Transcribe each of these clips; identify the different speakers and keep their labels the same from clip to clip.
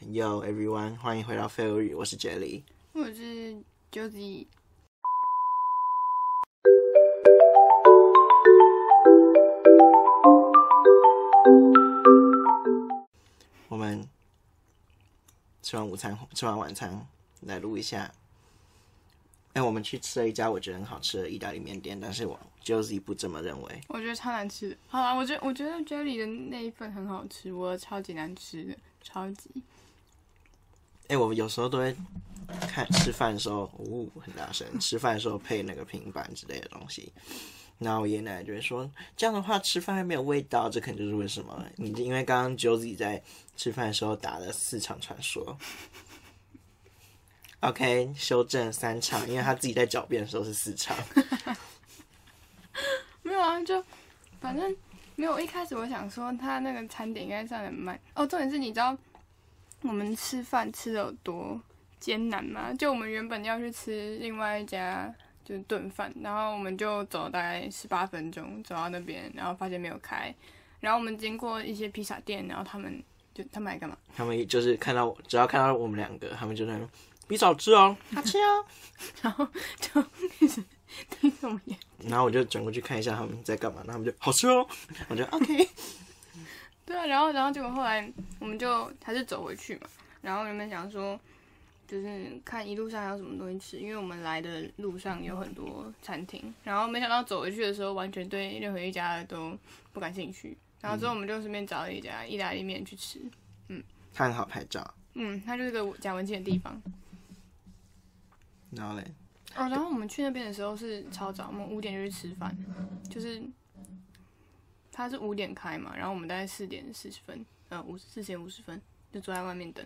Speaker 1: Yo everyone，欢迎回到废物语，我是 Jelly。
Speaker 2: 或者是 Josie。
Speaker 1: 我们吃完午餐，吃完晚餐来录一下。哎、我们去吃了一家我觉得很好吃的意大利面店，但是我 Josie 不这么认为。
Speaker 2: 我觉得超难吃的。好啦，我觉得我觉得 Jelly 的那一份很好吃，我的超级难吃的，超级。
Speaker 1: 哎、我有时候都会看吃饭的时候，呜、很大声，吃饭的时候配那个平板之类的东西。然后我爷爷奶奶就会说，这样的话吃饭还没有味道，这肯定就是为什么。你因为刚刚 Josie 在吃饭的时候打了四场传说，OK，修正三场，因为他自己在狡辩的时候是四场。
Speaker 2: 没有啊，就反正没有。一开始我想说他那个餐点应该算很慢哦。重点是你知道我们吃饭吃的有多艰难吗？就我们原本要去吃另外一家就是炖饭，然后我们就走大概十八分钟走到那边，然后发现没有开，然后我们经过一些披萨店，然后他们就他们来干嘛？
Speaker 1: 他们就是看到我，只要看到我们两个，他们就在那边比较吃哦，好吃哦。
Speaker 2: 然后就一直盯着我们演。
Speaker 1: 然后我就转过去看一下他们在干嘛，然后他们就好吃哦，我就 OK。
Speaker 2: 对啊，然后然后结果后来我们就还是走回去嘛，然后原本想说就是看一路上还有什么东西吃，因为我们来的路上有很多餐厅，然后没想到走回去的时候完全对任何一家都不感兴趣，然后之后我们就随便找了一家意大利面去吃，
Speaker 1: 他很好拍照，
Speaker 2: 嗯，它就是个假文青的地方。
Speaker 1: 然后嘞，
Speaker 2: 哦，然后我们去那边的时候是超早，我们五点就去吃饭，就是他是五点开嘛，然后我们大概四点四十分，呃，五四点五十分就坐在外面等，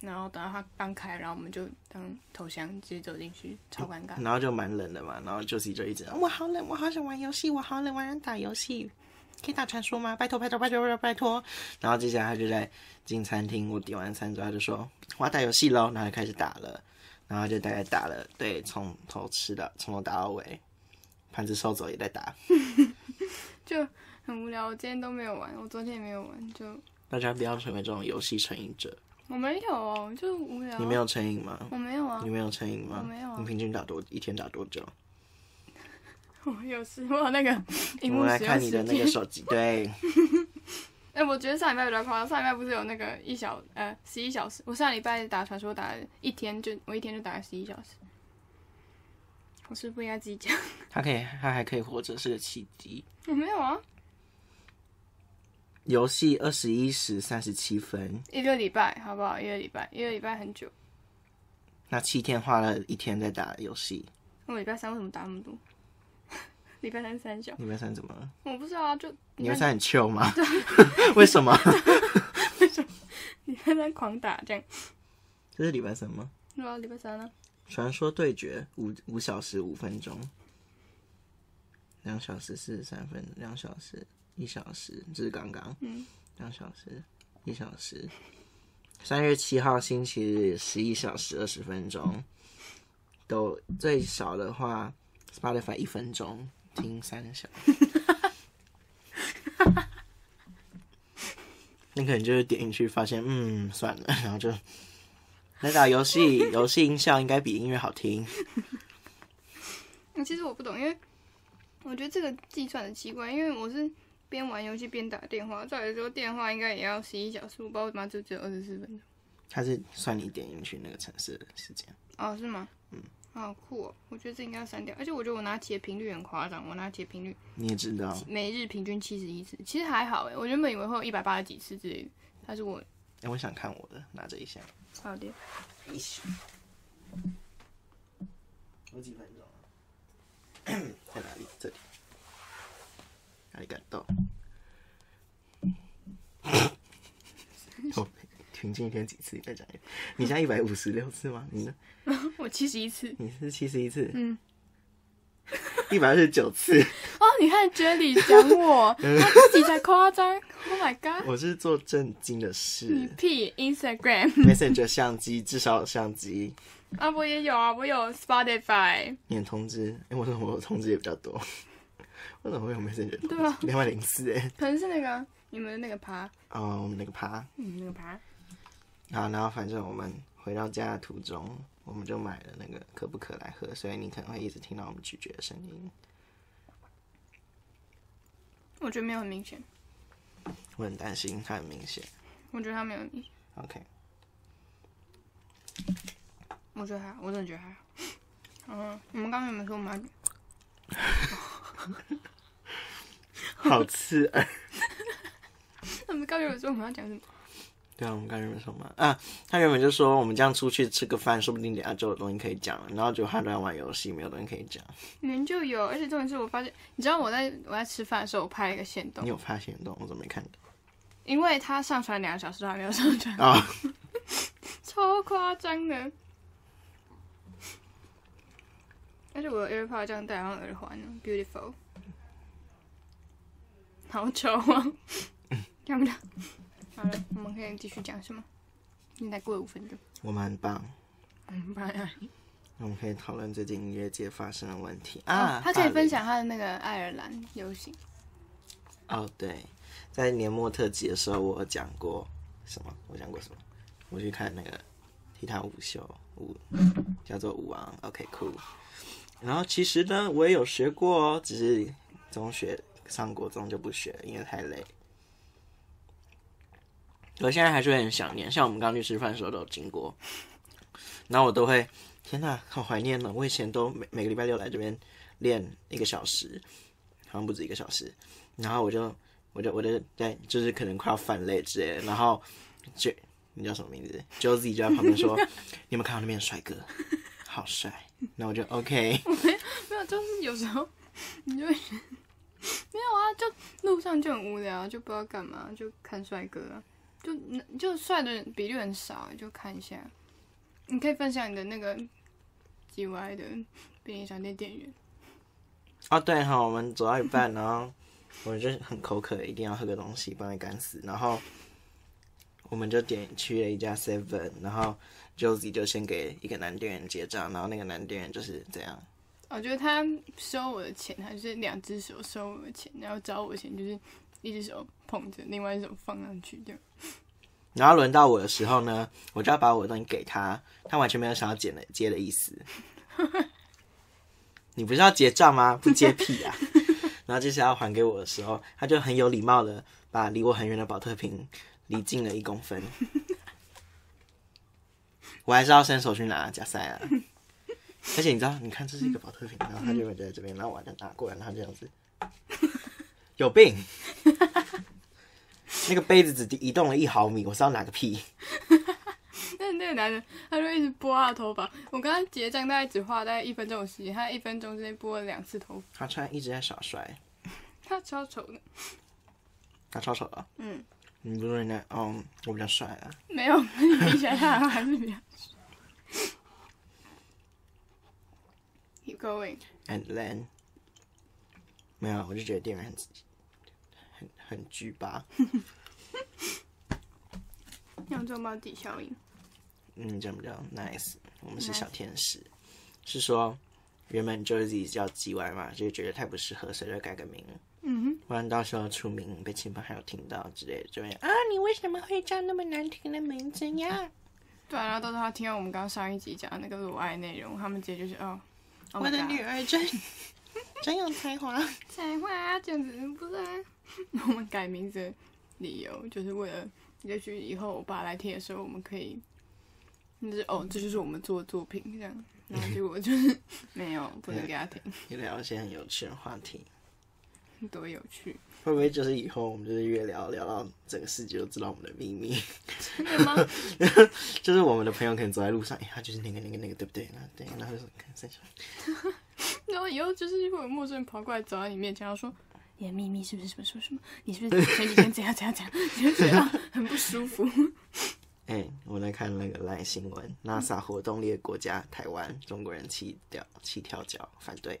Speaker 2: 然后等到他刚开，然后我们就当投降，直接走进去，超尴尬。
Speaker 1: 然后就蛮冷的嘛，然后 Josie 就一直我好冷，我好想玩游戏，我好冷，我想打游戏，可以打传说吗？拜托拜托拜托拜托拜托。然后接下来他就在进餐厅，我点完餐之后他就说我要打游戏喽，然后就开始打了，然后就大概打了，对，从头吃的，从头打到尾，盘子收走也在打，
Speaker 2: 很无聊，我今天都没有玩，我昨天也没有玩，就
Speaker 1: 大家不要成为这种游戏成瘾者。
Speaker 2: 我没有哦，就无聊。
Speaker 1: 你没有成瘾吗？
Speaker 2: 我没有啊
Speaker 1: 你，没有成瘾吗？
Speaker 2: 我没有啊
Speaker 1: 你平均打多一天打多久？
Speaker 2: 我有事，我有那个
Speaker 1: 我
Speaker 2: 荧幕
Speaker 1: 们来
Speaker 2: 使用
Speaker 1: 看你的
Speaker 2: 时
Speaker 1: 那
Speaker 2: 间
Speaker 1: 个。手机，对，
Speaker 2: 哎、我觉得上礼拜比较夸张，上礼拜不是有那个一小呃十一小时，我上礼拜打传说打了一天就我一天就打了十一小时，我是不是不应该自己讲，
Speaker 1: 他可以，他还可以活着是个契机。
Speaker 2: 我没有啊，
Speaker 1: 游戏二十一时三十七分，
Speaker 2: 一个礼拜好不好？一个礼拜，一个礼拜很久，
Speaker 1: 那七天花了一天在打游戏，
Speaker 2: 那我礼拜三为什么打那么多？ 礼拜三三小，
Speaker 1: 你们三怎么了？
Speaker 2: 我不知道啊，就
Speaker 1: 你
Speaker 2: 礼拜
Speaker 1: 们三很 chill 吗？ 为什么？
Speaker 2: 礼拜三狂打这样，
Speaker 1: 这是礼拜三吗？
Speaker 2: 对啊，礼拜三呢、
Speaker 1: 传说对决五五小时五分钟，两小时四十三分，两小时一小时，这是刚刚，
Speaker 2: 嗯，
Speaker 1: 两小时一小时，三月七号星期日十一小时二十分钟，都最少的话，Spotify 一分钟听三小时，那可能就是点进去发现，嗯，算了，然后就来打游戏，游戏音效应该比音乐好听。
Speaker 2: 嗯，其实我不懂，因为我觉得这个计算很奇怪，因为我是边玩游戏边打电话，照理说电话应该也要十一小时，我不知道为什么它就只有二十四分钟。
Speaker 1: 它是算你点进去那个城市的时间，
Speaker 2: 哦，是吗？嗯，好酷哦！我觉得这应该要删掉，而且我觉得我拿铁频率很夸张，我拿铁频率
Speaker 1: 你也知道。
Speaker 2: 每日平均七十一次，其实还好欸诶，我原本以为会有一百八十几次之类的，但是我
Speaker 1: 哎、我想看我的，拿着一下。
Speaker 2: 好的，
Speaker 1: 一宿。有几分钟啊？ 在哪里？这里。哪里敢动？哦，平均一天几次？你再讲一遍。你现在一百五十六次吗？你呢？
Speaker 2: 我七十一次
Speaker 1: 你是七十一次？
Speaker 2: 嗯。
Speaker 1: 一百二十九次。
Speaker 2: 哦！你看 Jelly 讲我，他自己才夸张，Oh my god！
Speaker 1: 我是做正经的
Speaker 2: 你
Speaker 1: 事。
Speaker 2: 屁 Instagram
Speaker 1: Messenger 相机，至少有相机。
Speaker 2: 啊，我也有啊，我有 Spotify，
Speaker 1: 你的通知， 哎、我怎么我的通知也比较多？ 我怎么会有 Messenger 通知
Speaker 2: 对啊？
Speaker 1: 两百零四哎。
Speaker 2: 可能是那个啊你们的那个趴，嗯
Speaker 1: 哦，我们那个趴，
Speaker 2: 你们那个趴，
Speaker 1: 好，然后反正我们回到家的途中，我们就买了那个可不可来喝，所以你可能会一直听到我们咀嚼的声音。
Speaker 2: 我觉得没有很明显，
Speaker 1: 我很担心，它很明显。
Speaker 2: 我觉得他没有很明显，
Speaker 1: OK，
Speaker 2: 我觉得还好，我真的觉得还好。嗯，我们刚刚有没有说我们要
Speaker 1: 好刺耳。
Speaker 2: 我们刚刚有没有说我们要讲什么？
Speaker 1: 对啊，我们刚原本说嘛啊，他原本就说我们这样出去吃个饭，说不定等下就有东西可以讲了。然后结果他都在玩游戏，没有东西可以讲。
Speaker 2: 明明就有，而且重点是我发现，你知道我在我在吃饭的时候，我拍了一个线
Speaker 1: 你
Speaker 2: 动，
Speaker 1: 有发现动？我怎么没看到？
Speaker 2: 因为他上传两个小时都还没有上 传，
Speaker 1: 啊、
Speaker 2: 超夸张的。而且我的 AirPod 这样戴上耳环呢，beautiful，好 丑啊！看不到。好了，我们可以继续讲什么？现在过了五分钟，
Speaker 1: 我们很棒，
Speaker 2: 嗯，不然啊
Speaker 1: 我们可以讨论最近音乐界发生的问题啊
Speaker 2: 哦。他可以
Speaker 1: 霸凌
Speaker 2: 分享他的那个爱尔兰游行，
Speaker 1: 哦，对，在年末特辑的时候，我有讲过什么？我讲过什么？我去看那个踢踏舞秀舞，叫做舞王。OK，酷、然后其实呢，我也有学过哦，只是中学上国中就不学，因为太累。我现在还是会很想念，像我们刚去吃饭的时候都有经过，然后我都会，天呐，好怀念哦！我以前都每每个礼拜六来这边练一个小时，好像不止一个小时，然后我就我就我就在就是可能快要犯累之类的，然后就你叫什么名字？Josie 就在旁边说：“你有没有看到那边的帅哥？好帅！”那我就 OK，
Speaker 2: 没有，啊就是有时候你就会觉得没有啊，就路上就很无聊啊，就不知道干嘛，就看帅哥啊，就就帅的人比率很少，啊就看一下。你可以分享你的那个 G Y 的便利商店店员，
Speaker 1: 哦，对哈，我们走到一半，然后我就很口渴，一定要喝个东西，不然会干死。然后我们就点去了一家 Seven，然后 Josie 就先给一个男店员结账，然后那个男店员就是这样，
Speaker 2: 我觉得哦他收我的钱，他就是两只手收我的钱，然后找我的钱就是一只手捧着，另外一只手放上去这样。
Speaker 1: 然后轮到我的时候呢，我就要把我的东西给他，他完全没有想要捡的接的意思。你不是要结账吗？不接屁啊！ 然后接下来要还给我的时候，他就很有礼貌的把离我很远的保特瓶离近了一公分。我还是要伸手去拿加塞啊！而且你知道，你看这是一个保特瓶，然后他就会在这边，然后我就拿过来，然后这样子，有病！那个杯子只移动了一毫米，我是要拿个屁！
Speaker 2: 但是那个男人，他就一直拨他的头发。我刚刚结账大概只花了大概一分钟的时间，他一分钟之内拨了两次头发，
Speaker 1: 他突然一直在耍帅。
Speaker 2: 他超丑的。
Speaker 1: 他超丑的。
Speaker 2: 嗯，
Speaker 1: 你不是说人家，嗯，我比较帅啊。
Speaker 2: 没有，比起来他好啊像还是比较帅。Keep going，
Speaker 1: And then，没有，我就觉得店员很很很巨巴。
Speaker 2: 要做猫底效应。
Speaker 1: 嗯，这样比较 nice。我们是
Speaker 2: Nice
Speaker 1: 小天使，是说原本 Josie 叫 G Y 嘛，就觉得太不适合，所以就改个名，
Speaker 2: 嗯
Speaker 1: 不然到时候出名被亲朋好友听到之类的，就会啊，你为什么会叫那么难听的名字 呀？
Speaker 2: 哼，对、啊，然后到时候他听到我们刚刚上一集讲的那个裸爱内容，他们直接就是哦，Oh my
Speaker 1: 我的
Speaker 2: God
Speaker 1: 女儿真 真有才 华。
Speaker 2: 才会啊，这样子不是、啊？ 我们改名字的理由就是为了，也许以后我爸来听的时候，我们可以，就是哦，这就是我们做的作品这样。然后结果就是 没有，不能给他听，
Speaker 1: 也聊一些很有趣的话题。
Speaker 2: 多有趣，
Speaker 1: 会不会就是以后我们就是越聊聊到整个世界都知道我们的秘密？
Speaker 2: 真的吗？
Speaker 1: 就是我们的朋友可能走在路上，哎、他就是那个那个那个，对不对？那对，然后就说看谁说，
Speaker 2: 然后以后就是会有陌生人跑过来走到你面前，然后说你的秘密是不是什么什么什么？你是不是前几天怎样怎样怎样？你就觉得啊很不舒服。
Speaker 1: 哎、我在看那个赖新闻，NASA 活动列国家台湾中国人弃掉弃跳脚反对，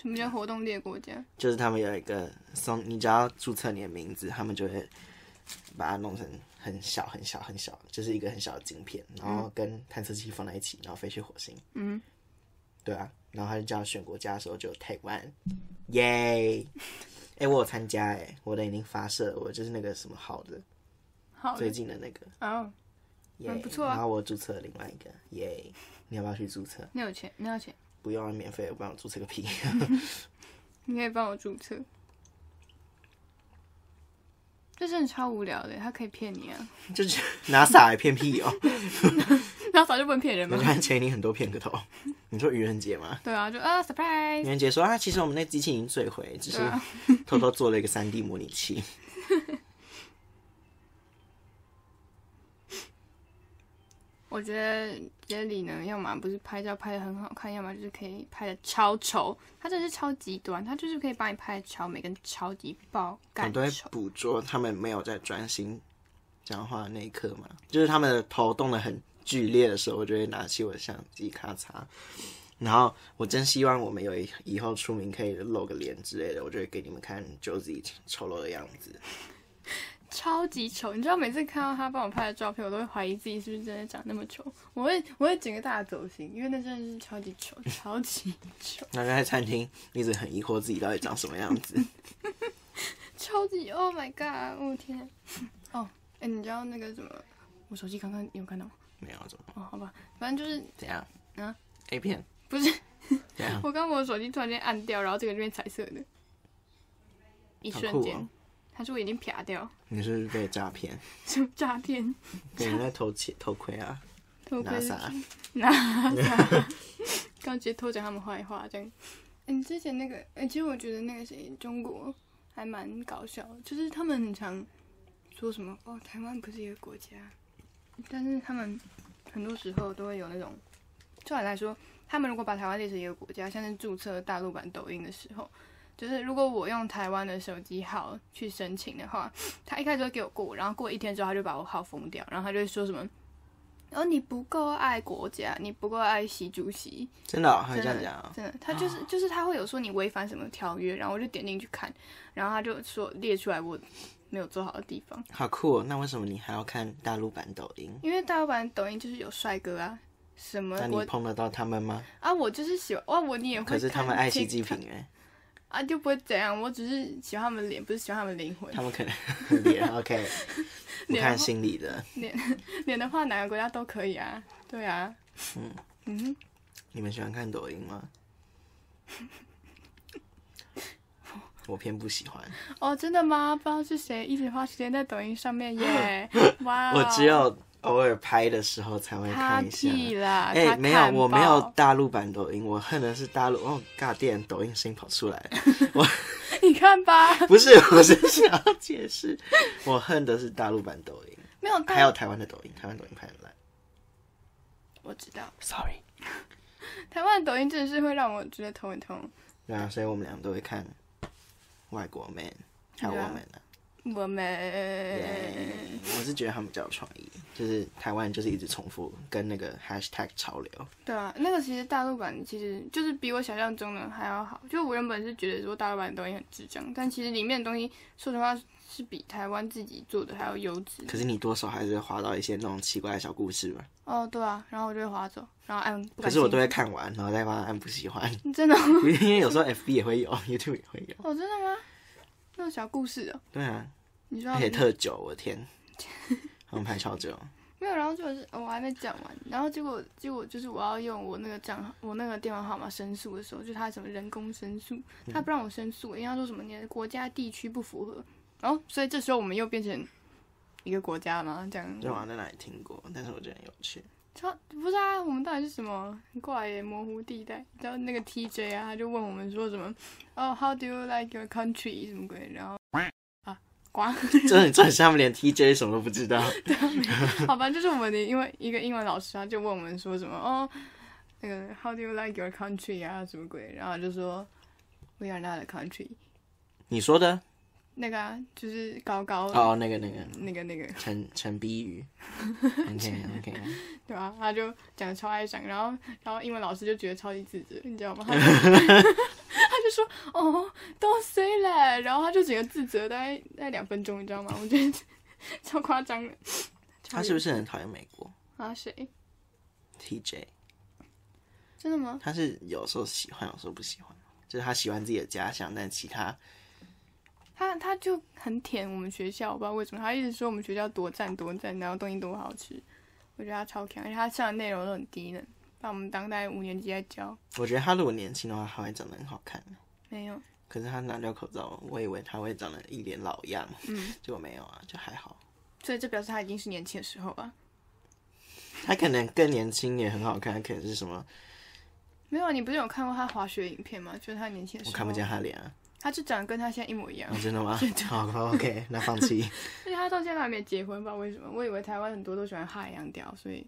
Speaker 2: 什么叫活动列国家？
Speaker 1: 就是他们有一个送，你只要注册你的名字，他们就会把它弄成很小很小很小，就是一个很小的晶片，然后跟探测器放在一起，然后飞去火星。
Speaker 2: 嗯，
Speaker 1: 对啊，然后他就叫选国家的时候就有台湾， 耶！哎、我有参加哎、我的已经发射了，我就是那个什么号的，
Speaker 2: 好
Speaker 1: 最
Speaker 2: 的，
Speaker 1: 近的那个，
Speaker 2: 哦，
Speaker 1: 耶、
Speaker 2: 嗯不错啊
Speaker 1: 然后我注册了另外一个，耶、 你要不要去注册？
Speaker 2: 你有钱，你有钱，
Speaker 1: 不用啊，免费，我帮我注册个屁。
Speaker 2: 你可以帮我注册。这真的超无聊的，他可以骗你啊，
Speaker 1: 就是拿傻来骗屁哦，
Speaker 2: 然后早就不能骗人
Speaker 1: 我
Speaker 2: 嘛。
Speaker 1: 看前一定很多骗个头。你说愚人节吗？
Speaker 2: 对啊，就啊
Speaker 1: 愚
Speaker 2: surprise，
Speaker 1: 人节说啊，其实我们那机器已经坠毁，只是
Speaker 2: 对啊
Speaker 1: 偷偷做了一个三 D 模拟器。
Speaker 2: 我觉得杰里呢，要么不是拍照拍的很好看，要么就是可以拍的超丑。他真的是超极端，他就是可以把你拍的超美跟超级爆
Speaker 1: 我
Speaker 2: 干
Speaker 1: 都会
Speaker 2: 丑。
Speaker 1: 捕捉他们没有在专心讲话的那一刻嘛，就是他们的头动得很剧烈的时候，我就会拿起我的相机咔嚓。然后我真希望我们有一以后出名可以露个脸之类的，我就会给你们看 Josie 丑陋的样子。
Speaker 2: 超级丑，你知道每次看到他帮我拍的照片，我都会怀疑自己是不是真的长那么丑，我会我会整个大走心，因为那真的是超级丑，超级丑，
Speaker 1: 那就在餐厅一直很疑惑自己到底长什么样 子。
Speaker 2: 超级 Oh my God！我、天啊，哦，哎、你知道那个什么，我手机刚刚你有看到吗？
Speaker 1: 没有怎么
Speaker 2: 哦，好吧，反正就是
Speaker 1: 怎样？
Speaker 2: 啊
Speaker 1: ，A 片
Speaker 2: 不是，
Speaker 1: 怎样？
Speaker 2: 我刚我的手机突然间按掉，然后这个就变彩色的，一
Speaker 1: 好
Speaker 2: 瞬
Speaker 1: 酷
Speaker 2: 间，
Speaker 1: 哦
Speaker 2: 他说我眼睛撇掉，
Speaker 1: 你是不是被诈 骗？
Speaker 2: 什么诈 骗？
Speaker 1: 有人在偷窃偷窥啊？
Speaker 2: 偷
Speaker 1: 拿
Speaker 2: 窥
Speaker 1: 啥？
Speaker 2: 刚直接偷讲他们坏话这样。嗯、之前那个，哎、其实我觉得那个谁，中国还蛮搞笑的，就是他们很常说什么哦，台湾不是一个国家，但是他们很多时候都会有那种，照理来说，他们如果把台湾列成一个国家，像是注册大陆版抖音的时候。就是如果我用台湾的手机号去申请的话，他一开始会给我过，然后过一天之后他就把我号封掉，然后他就会说什么，哦你不够爱国家，你不够爱习主席，
Speaker 1: 真的、哦，还会
Speaker 2: 真
Speaker 1: 这
Speaker 2: 的
Speaker 1: 样讲啊、
Speaker 2: 真的，他就是就是他会有说你违反什么条约，然后我就点进去看，然后他就说列出来我没有做好的地方，
Speaker 1: 好酷、哦！那为什么你还要看大陆版抖音？
Speaker 2: 因为大老板抖音就是有帅哥啊，什么
Speaker 1: 那你
Speaker 2: 我
Speaker 1: 碰得到他们吗？
Speaker 2: 啊我就是喜欢哇我你也会看，
Speaker 1: 可是他们爱惜祭品哎，
Speaker 2: 啊就不会怎样，我只是喜欢他们脸，不是喜欢他们灵魂
Speaker 1: 他。们可 能脸 OK，不
Speaker 2: 脸
Speaker 1: 看心理的。
Speaker 2: 脸的话，哪个国家都可以啊，对啊，嗯嗯哼，
Speaker 1: 你们喜欢看抖音 吗？我偏不喜欢，
Speaker 2: 哦真的吗？不知道是谁一直花时间在抖音上面耶，哇，
Speaker 1: 我只有偶尔拍的时候才会
Speaker 2: 哦他
Speaker 1: 看一下。
Speaker 2: 屁啦，
Speaker 1: 哎、
Speaker 2: 他
Speaker 1: 没有，
Speaker 2: 看
Speaker 1: 我没有
Speaker 2: 爆
Speaker 1: 大陆版抖音，我恨的是大陆哦，尬电抖音声音跑出来了，
Speaker 2: 你看吧，
Speaker 1: 不是，我是想要解释，我恨的是大陆版抖音，
Speaker 2: 没有大
Speaker 1: 还有台湾的抖音，台湾抖音拍的烂
Speaker 2: 我知道，
Speaker 1: ，sorry。
Speaker 2: 台湾的抖音真的是会让我觉得头很痛。
Speaker 1: 对啊，所以我们俩都会看外国 man，还有
Speaker 2: 对
Speaker 1: 我
Speaker 2: 啊
Speaker 1: 们的、
Speaker 2: 我们啊
Speaker 1: 对，我是觉得他们比较有创意，就是台湾就是一直重复跟那个 hashtag 潮流，
Speaker 2: 对啊，那个其实大陆版其实就是比我想象中的还要好。就我原本是觉得说大陆版的抖音很智障，但其实里面的东西，说实话是比台湾自己做的还要优质。
Speaker 1: 可是你多少还是会划到一些那种奇怪的小故事嘛。
Speaker 2: 哦，对啊，然后我就会划走，然后按不
Speaker 1: 可
Speaker 2: 感
Speaker 1: 是我
Speaker 2: 兴
Speaker 1: 都
Speaker 2: 趣。
Speaker 1: 会看完，然后再把它按不喜欢，
Speaker 2: 真的吗？
Speaker 1: 因为有时候 FB 也会有，YouTube 也会有。
Speaker 2: 哦，真的吗？那种小故事哦，
Speaker 1: 对啊，
Speaker 2: 你说
Speaker 1: 而且特久，我的天，他们拍超久。
Speaker 2: 没有，然后就是我还没讲完，然后结果结果就是我要用我那个账号，我那个电话号码申诉的时候，就他什么人工申诉，他不让我申诉，因为他说什么你的国家地区不符合，然后所以这时候我们又变成一个国家嘛，这样
Speaker 1: 这我好像在哪里听过，但是我觉得很有趣。
Speaker 2: 超不是啊，我们到底是什么？很怪耶，模糊地带。你知道那个 TJ 啊，他就问我们说什么？哦、h o w do you like your country？什么鬼？然后啊，瓜。
Speaker 1: 这很这很像他们连 TJ 什么都不知道。
Speaker 2: 好吧，就是我们的因为一个英文老师，他就问我们说什么哦，那个 How do you like your country 啊，什么鬼？然后就说 We are not a country。
Speaker 1: 你说的
Speaker 2: 那个啊，就是高高、
Speaker 1: 哦，那个那个
Speaker 2: 那个那个，
Speaker 1: 陈陈碧 宇，OK OK，
Speaker 2: 对吧、他就讲得超爱讲，然后然后英文老师就觉得超级自责，你知道吗？他就他就说哦，Don't say that，然后他就整个自责大概大概两分钟，你知道吗？我觉得超夸张的。
Speaker 1: 他是不是很讨厌美国
Speaker 2: 啊？谁？
Speaker 1: ？TJ，
Speaker 2: 真的吗？
Speaker 1: 他是有时候喜欢，有时候不喜欢，就是他喜欢自己的家乡，但其他
Speaker 2: 他他就很舔我们学校，我不知道为什么，他一直说我们学校多赞多赞，然后东西多好吃，我觉得他超强，而且他上的内容都很低能，把我们当代五年级在教，
Speaker 1: 我觉得他如果年轻的话，他会长得很好看。
Speaker 2: 没有，
Speaker 1: 可是他拿掉口罩，我以为他会长得一脸老样，
Speaker 2: 嗯，
Speaker 1: 结果没有啊，就还好。
Speaker 2: 所以这表示他已经是年轻的时候吧？
Speaker 1: 他可能更年轻也很好看，可能是什么？
Speaker 2: 没有，啊，你不是有看过他滑雪影片吗？哦就是他年轻的时
Speaker 1: 我
Speaker 2: 候，
Speaker 1: 看不见，他脸啊！
Speaker 2: 他就长得跟他现在一模一 样
Speaker 1: 啊，真 的吗？好，OK，那放弃。
Speaker 2: 而且他到现在还没结婚吧？为什么？我以为台湾很多都喜欢哈洋屌，所以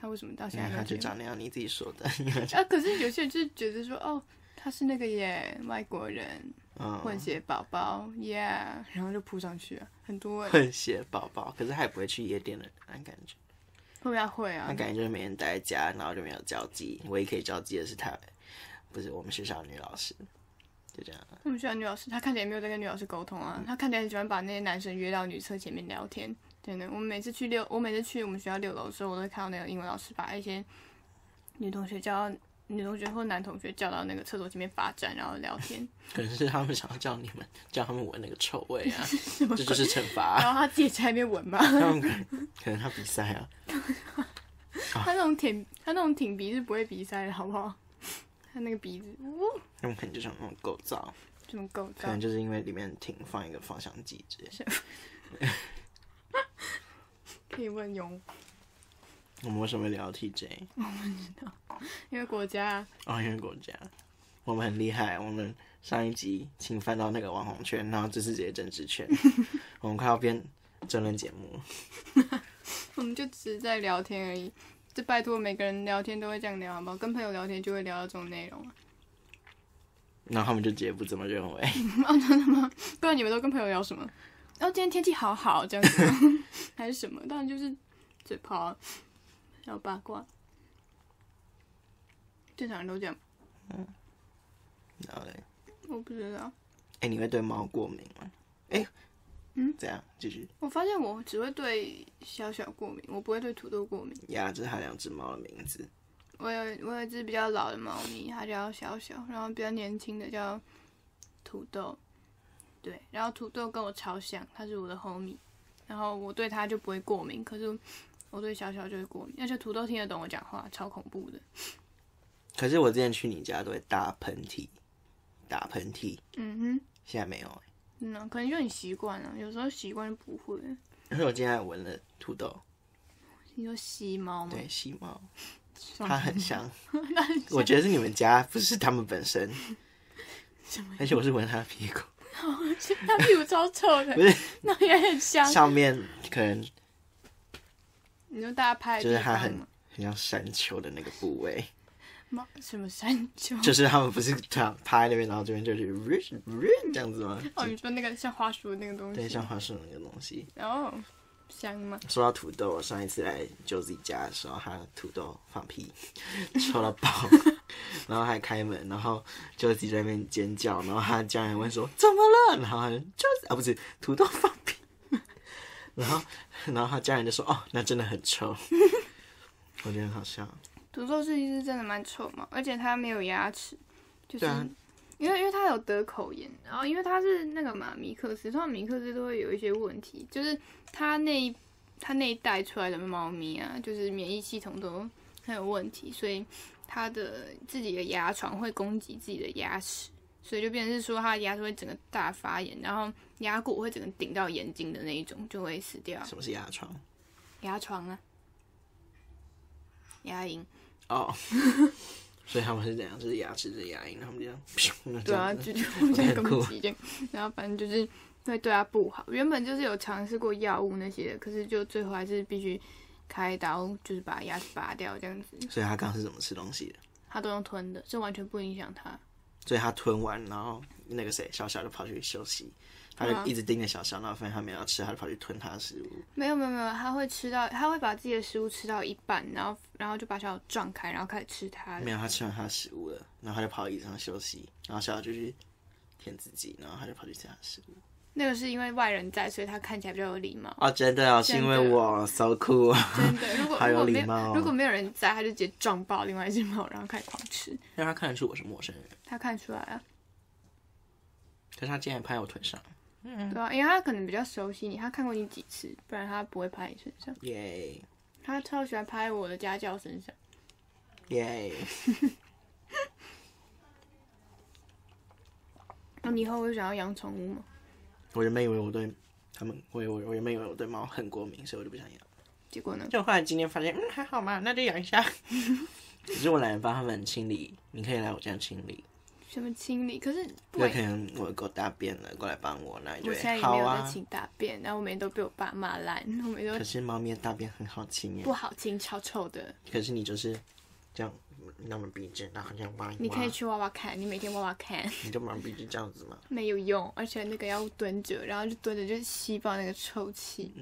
Speaker 2: 他为什么到现
Speaker 1: 因
Speaker 2: 在
Speaker 1: 为
Speaker 2: 没
Speaker 1: 哎他
Speaker 2: 有
Speaker 1: 就
Speaker 2: 结
Speaker 1: 长
Speaker 2: 婚？
Speaker 1: 那样，你自己说的。
Speaker 2: 啊，可是有些人就是觉得说，哦，他是那个耶，外国人混
Speaker 1: 嗯，
Speaker 2: 血宝宝耶然后就扑上去啊，很多人
Speaker 1: 混血宝宝，可是他也不会去夜店的那感觉，
Speaker 2: 会不会会
Speaker 1: 那
Speaker 2: 啊？
Speaker 1: 感觉就是每天待在家，然后就没有交际。唯一可以交际的是他，不是我们学校的女老师，就这样。啊
Speaker 2: 他们喜欢女老师，他看起来也没有在跟女老师沟通啊，
Speaker 1: 嗯
Speaker 2: 他看起来很喜欢把那些男生约到女厕前面聊天。真的，我每次去六，我每次去我们学校六楼的时候，我都会看到那个英文老师把一些女同学叫到女同学或男同学叫到那个厕所前面罚站，然后聊 天。
Speaker 1: 可能是他们想要叫你们，叫他们闻那个臭味啊，这就是惩罚、
Speaker 2: 然后他自己在那 边闻嘛，
Speaker 1: 他们可能可能他比赛啊，
Speaker 2: 他那种舔他那种挺鼻是不会鼻塞的，好不好？他那个鼻子，呜，
Speaker 1: 他们可能就想那种构造，
Speaker 2: 这么构
Speaker 1: 可
Speaker 2: 造
Speaker 1: 能，就是因为里面停放一个芳香剂之类的。
Speaker 2: 可以问永，
Speaker 1: 我们为什么聊 TJ？
Speaker 2: 因为国家
Speaker 1: 哦，因为国家，我们很厉害。我们上一集侵犯到那个网红圈，然后这次直接政治圈，我们快要变真人节目。
Speaker 2: 我们就只是在聊天而已。这拜托每个人聊天都会这样聊，好不好？跟朋友聊天就会聊到这种内容啊，
Speaker 1: 然后他们就直接不这么认为。
Speaker 2: 不然你们都跟朋友聊什么？哦，今天天气好好这样子吗，还是什么？当然就是嘴炮啊，聊八卦，正常人都这样，
Speaker 1: 然后嘞，
Speaker 2: 我不知道。
Speaker 1: 哎、你会对猫过敏吗？哎、
Speaker 2: 嗯，
Speaker 1: 怎样？继续
Speaker 2: 我发现我只会对小小过敏，我不会对土豆过敏。
Speaker 1: 呀，这是它两只猫的名字。
Speaker 2: 我有我有一只比较老的猫咪，它叫小小，然后比较年轻的叫土豆，对，然后土豆跟我超像，它是我的 homie，然后我对它就不会过敏，可是我对小小就会过敏，而且土豆听得懂我讲话，超恐怖的。
Speaker 1: 可是我之前去你家都会打喷嚏，打喷嚏，
Speaker 2: 嗯哼，
Speaker 1: 现在没有、欸。
Speaker 2: 嗯、啊，可能就很习惯了，有时候习惯就不会。
Speaker 1: 因为我今天还闻了土豆，
Speaker 2: 你说吸猫吗？
Speaker 1: 对，吸猫，
Speaker 2: 爽，
Speaker 1: 它很 香。我觉得是你们家，不是他们本身。而且我是闻它的屁股。
Speaker 2: 它屁股超臭的，
Speaker 1: 不是
Speaker 2: 那也很香。
Speaker 1: 上面可能
Speaker 2: 你说大家拍的
Speaker 1: 就是
Speaker 2: 地
Speaker 1: 它
Speaker 2: 方
Speaker 1: 很
Speaker 2: 吗
Speaker 1: 很像山丘的那个部位，
Speaker 2: 猫什么山丘？
Speaker 1: 就是他们不是这样趴在那边，然后这边就去 这样子吗？
Speaker 2: 哦，你说那个像花束的那个东西？
Speaker 1: 对，像花束那个东西。
Speaker 2: 然后香吗？
Speaker 1: 说到土豆，我上一次来 Josie 家的时候，他土豆放屁， 臭到爆， 然后还开门，然后 Josie 在那边尖叫，然后他家人问说怎么了，然后他就 Josie 啊不是土豆放屁， 然后然后他家人就说哦那真的很臭， 我觉得很好笑。
Speaker 2: 土豆是一只真的蛮臭嘛，而且它没有牙齿，就是、
Speaker 1: 对啊
Speaker 2: 因为因为它有得口炎，然后因为它是那个嘛米克斯，通常米克斯都会有一些问题，就是它那一它那一代出来的猫咪啊，就是免疫系统都很有问题，所以它的自己的牙床会攻击自己的牙齿。所以就变成是说，它的牙齿会整个大发炎，然后牙骨会整个顶到眼睛的那一种，就会死掉。
Speaker 1: 什么是牙床？
Speaker 2: 牙床啊，牙龈。
Speaker 1: 哦， 所以他们是怎样？就是牙齿是牙龈，他们这样，
Speaker 2: 对啊，
Speaker 1: 这
Speaker 2: 就
Speaker 1: 样子
Speaker 2: 就互相
Speaker 1: 很
Speaker 2: 攻
Speaker 1: 酷
Speaker 2: 击这样，然后反正就是会对它啊不好。原本就是有尝试过药物那些的，可是就最后还是必须开刀，就是把牙齿拔掉这样子。
Speaker 1: 所以他刚刚是怎么吃东西的？
Speaker 2: 它都用吞的，这完全不影响它。
Speaker 1: 所以他吞完，然后那个谁，小小就跑去休息，他
Speaker 2: 对啊
Speaker 1: 就一直盯着小小，然后发现他没有要吃，他就跑去吞他的食物。
Speaker 2: 没有没有没有，它会吃到，它会把自己的食物吃到一半，然后然后就把小小撞开，然后开始吃它的
Speaker 1: 没。有，他吃完他的食物了，然后他就跑到椅子上休息，然后小小就去舔自己，然后他就跑去吃他的食物。
Speaker 2: 那个是因为外人在，所以它看起来比较有礼貌。
Speaker 1: 哦，真的哦，是因为我 so cool，
Speaker 2: 真的，如果
Speaker 1: 好
Speaker 2: 如果
Speaker 1: 有
Speaker 2: 没
Speaker 1: 礼貌
Speaker 2: 有
Speaker 1: 哦
Speaker 2: 如果没有人在，它就直接撞爆另外一只猫，然后开始狂吃。
Speaker 1: 让他看得出我是陌生人。
Speaker 2: 啊它看出来了。
Speaker 1: 可是他竟然拍我腿上，
Speaker 2: 对啊，因为他可能比较熟悉你，他看过你几次，不然他不会拍你身上。
Speaker 1: 耶
Speaker 2: 他超喜欢拍我的家教身上。
Speaker 1: 耶，
Speaker 2: 那你以后会想要养宠物吗？
Speaker 1: 我原本以为我对他们，我我我原本以为我对猫很过敏，所以我就不想养。
Speaker 2: 结果呢？
Speaker 1: 就后来今天发现，嗯，还好嘛，那就养一下。 只是我懒得帮他们清理，你可以来我家清理。
Speaker 2: 什么清理？可是不
Speaker 1: 有
Speaker 2: 管
Speaker 1: 可能我的狗大便了，过来帮我，那你就
Speaker 2: 我
Speaker 1: 会
Speaker 2: 现在也
Speaker 1: 好
Speaker 2: 没有在
Speaker 1: 啊。
Speaker 2: 清大便，然后我每天都被我爸骂烂，我每天
Speaker 1: 可
Speaker 2: 都
Speaker 1: 是猫咪的大便很好清耶
Speaker 2: 不，好清，超臭的。
Speaker 1: 可是你就是这样，那么鼻子，然后这样挖一挖，
Speaker 2: 你可以去挖挖看，你每天挖挖看
Speaker 1: 你就把鼻子这样子嘛。
Speaker 2: 没有用，而且那个要蹲着，然后就蹲着就吸爆那个臭气，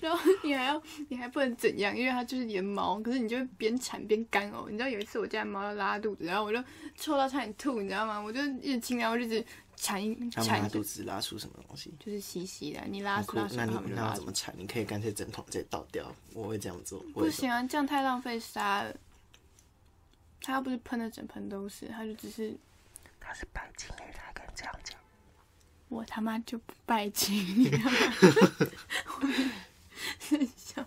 Speaker 2: 然后你还要你还不能怎样，因为它就是你的毛，可是你就会边铲边干哦呕。你知道有一次我家的猫要拉肚子，然后我就臭到差点吐，你知道吗？我就一直清，然后我就一直铲一
Speaker 1: 他们
Speaker 2: 铲
Speaker 1: 拉
Speaker 2: 一，
Speaker 1: 肚子拉出什么东西？
Speaker 2: 就是吸吸的，你
Speaker 1: 好
Speaker 2: 拉
Speaker 1: 酷
Speaker 2: 拉，
Speaker 1: 那
Speaker 2: 它
Speaker 1: 你
Speaker 2: 们就
Speaker 1: 那
Speaker 2: 拉
Speaker 1: 要
Speaker 2: 出
Speaker 1: 怎么铲？你可以干脆整桶直接倒掉，我会这样做。我
Speaker 2: 不
Speaker 1: 会这
Speaker 2: 行
Speaker 1: 样，
Speaker 2: 啊，这样太浪费沙了。他又不是喷的整盆都是，他就只是
Speaker 1: 他是白金人，他敢这样讲。
Speaker 2: 我他妈就不拜金，你 知道吗？我很想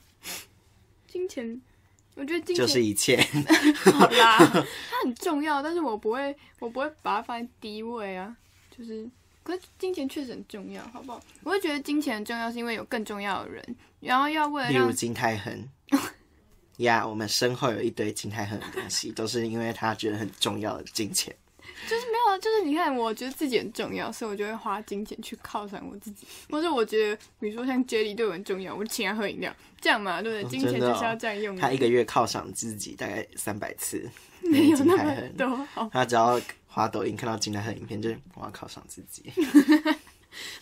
Speaker 2: 金钱，我觉得金钱、
Speaker 1: 就是一切，
Speaker 2: 好啦，它很重要，但是我不会，我不会把它放在第一位啊。就是，可是金钱确实很重要，好不好？我会觉得金钱很重要，是因为有更重要的人，然后要为了
Speaker 1: 例如
Speaker 2: 让
Speaker 1: 金泰亨。 呀我们身后有一堆金泰亨的东西，都是因为他觉得很重要的金钱。
Speaker 2: 就是没有啊，就是你看，我觉得自己很重要，所以我就会花金钱去犒赏我自己，或者我觉得，比如说像 Jelly 对我很重要，我就请他喝饮料，这样嘛，对不
Speaker 1: 哦
Speaker 2: 对？金钱
Speaker 1: 真的
Speaker 2: 就是要
Speaker 1: 哦
Speaker 2: 这样用的，
Speaker 1: 他一个月犒赏自己大概三百次，
Speaker 2: 没有
Speaker 1: 金
Speaker 2: 那
Speaker 1: 泰
Speaker 2: 么
Speaker 1: 亨。
Speaker 2: 多。哦，
Speaker 1: 他只要滑抖音看到金泰亨影片，就是我要犒赏自己。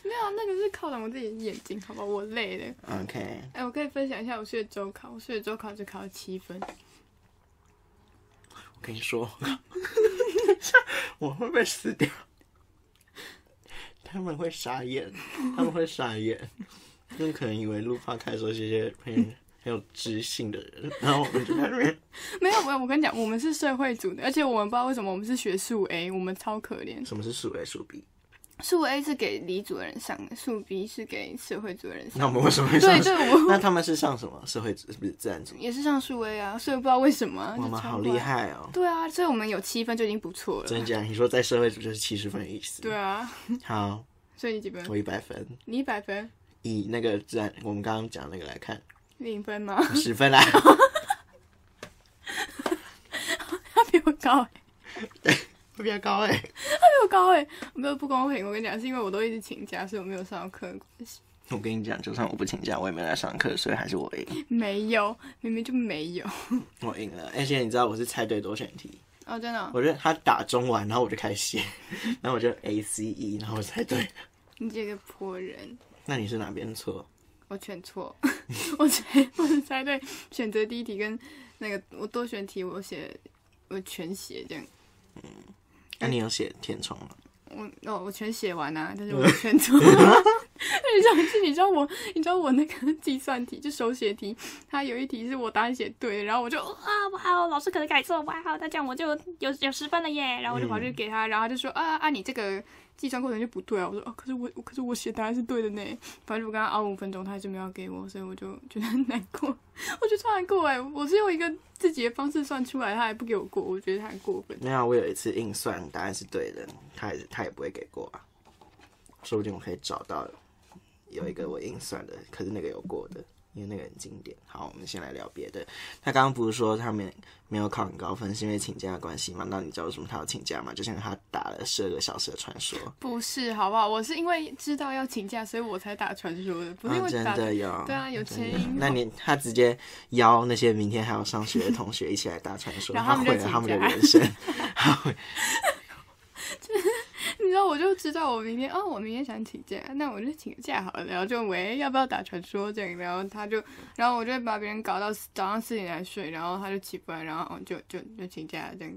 Speaker 2: 没有啊，那个是犒赏我自己的眼睛，好吧，我累了。
Speaker 1: OK，
Speaker 2: 哎、我可以分享一下我数学周考，我数学周考只考了七分，
Speaker 1: 我跟你说，我会被撕掉，他们会傻眼，他们会傻眼，他们可能以为录 p 开的时候这些很很有知性的人，然后我们就在那边
Speaker 2: 没有没有，我跟你讲，我们是社会组的，而且我们不知道为什么我们是学数 A，我们超可怜。
Speaker 1: 什么是数 A 数 B？
Speaker 2: 数 A 是给理组的人上的，数 B 是给社会组的人上
Speaker 1: 那我们为什么会
Speaker 2: 的。对
Speaker 1: 上？
Speaker 2: 对，我们
Speaker 1: 那他们是上什么社会组？是不是自然组？
Speaker 2: 也是上数 A 啊，所以不知道为什么。
Speaker 1: 我
Speaker 2: 就
Speaker 1: 们
Speaker 2: 超
Speaker 1: 好
Speaker 2: 怪
Speaker 1: 厉！害哦！
Speaker 2: 对啊，所以我们有七分就已经不错了。
Speaker 1: 真假？你说在社会组就是七十分的意思？
Speaker 2: 对啊，
Speaker 1: 好，
Speaker 2: 所以你几分？
Speaker 1: 我一百分。
Speaker 2: 你一百分，
Speaker 1: 以那个自然，我们刚刚讲那个来 看，
Speaker 2: 零分吗？
Speaker 1: 十分啦。啊
Speaker 2: 他比我高、欸，
Speaker 1: 会比较高哎、
Speaker 2: 他比我高哎、没有不公平。我跟你讲，是因为我都一直请假，所以我没有上到课的关系。
Speaker 1: 我跟你讲，就算我不请假，我也没来上课，所以还是我 赢，
Speaker 2: 没有，明明就没有。
Speaker 1: 我赢了。而且你知道我是猜对多选题，
Speaker 2: 哦，真的哦、
Speaker 1: 我觉得他打中完，然后我就开 始写，然后我就 A C E，然后我猜对。
Speaker 2: 你这个泼人。
Speaker 1: 那你是哪边错？
Speaker 2: 我选错， 我猜我是猜对选择第一题跟那个我多选题我写我全写这样，
Speaker 1: 那、你有写填充吗？
Speaker 2: 我哦我全写完啊，但是我选 错了。你知道是你知道我你知道我那个计算题就手写题，它有一题是我答案写对的，然后我就啊哇哦老师可能改错哇哦，那这样我就有有十分了耶，然后我就跑去给他，然后他就说啊啊你这个计算过程就不对啊，我说哦可是我可是我写答案是对的呢，反正我跟他熬五分钟，他还是没有给我，所以我就觉得很难过， 我觉得超难过哎，我是用一个自己的方式算出来，他还不给我过，我觉得他很过分。
Speaker 1: 没有，我有一次硬算答案是对的，他也他也不会给过啊。说不定我可以找到有一个我硬算的，可是那个有过的，因为那个很经典。好，我们先来聊别的。他刚刚不是说他没没有考很高分，是因为请假的关系吗？那你知道为什么他要请假吗？就像他打了十二个小时的传说，
Speaker 2: 不是，好不好？我是因为知道要请假，所以我才打传说的，不是因
Speaker 1: 啊
Speaker 2: 为
Speaker 1: 真
Speaker 2: 打。
Speaker 1: 的有。嗯
Speaker 2: 对啊，有前因。
Speaker 1: 那你他直接邀那些明天还要上学的同学一起来打传说，
Speaker 2: 然后他们就
Speaker 1: 毁了他们的
Speaker 2: 请假
Speaker 1: 人生。
Speaker 2: 你知道，我就知道我明天哦，我明天想请假，那我就请个假好了。然后就喂，要不要打传说这样？然后他就，然后我就把别人搞到早上四点才睡，然后他就起不来，然后哦就就就请假了这样。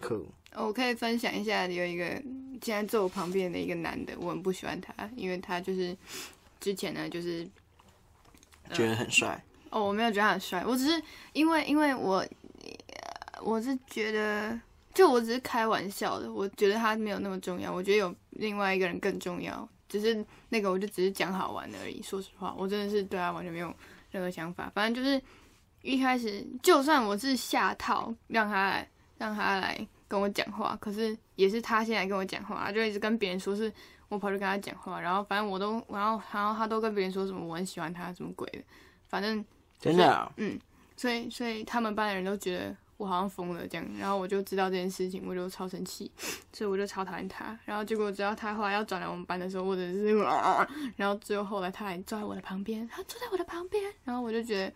Speaker 1: 酷，
Speaker 2: 哦我可以分享一下，有一个现在坐我旁边的一个男的，我很不喜欢他，因为他就是之前呢，就是
Speaker 1: 觉得很帅。
Speaker 2: 哦，我没有觉得他很帅，我只是因为因为我呃我是觉得就我只是开玩笑的，我觉得它没有那么重要，我觉得有另外一个人更重要。只是那个，我就只是讲好玩而已。说实话，我真的是对他完全没有任何想法。反正就是一开始，就算我是下套让他来让他来跟我讲话，可是也是他先来跟我讲话，就一直跟别人说是我跑去跟他讲话，然后反正我都，然后然后他都跟别人说什么我很喜欢他什么鬼的，反正
Speaker 1: 真的啊、
Speaker 2: 嗯，所以所以他们班的人都觉得我好像疯了这样，然后我就知道这件事情，我就超生气，所以我就超讨厌他。然后结果只要他后来要转来我们班的时候，我真的是 然后最后后来他还坐在我的旁边，他坐在我的旁边，然后我就觉得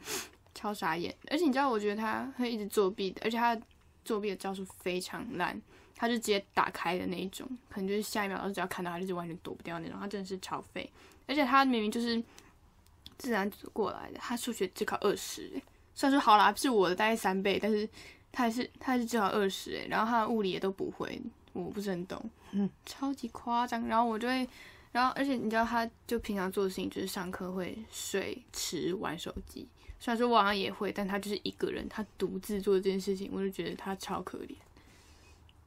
Speaker 2: 超傻眼。而且你知道，我觉得他会一直作弊的，而且他作弊的招数非常烂。他就直接打开的那一种，可能就是下一秒老师只要看到他，就是完全躲不掉那种。他真的是超废，而且他明明就是自然组过来的，他数学只考二十，欸虽然说好啦，是我的大概三倍，但是他还是他还是只考二十哎，然后他的物理也都不会，我不是很懂，
Speaker 1: 嗯，
Speaker 2: 超级夸张。然后我就会，然后而且你知道，他就平常做的事情就是上课会睡、吃、玩手机。虽然说我好像也会，但他就是一个人，他独自做这件事情，我就觉得他超可怜。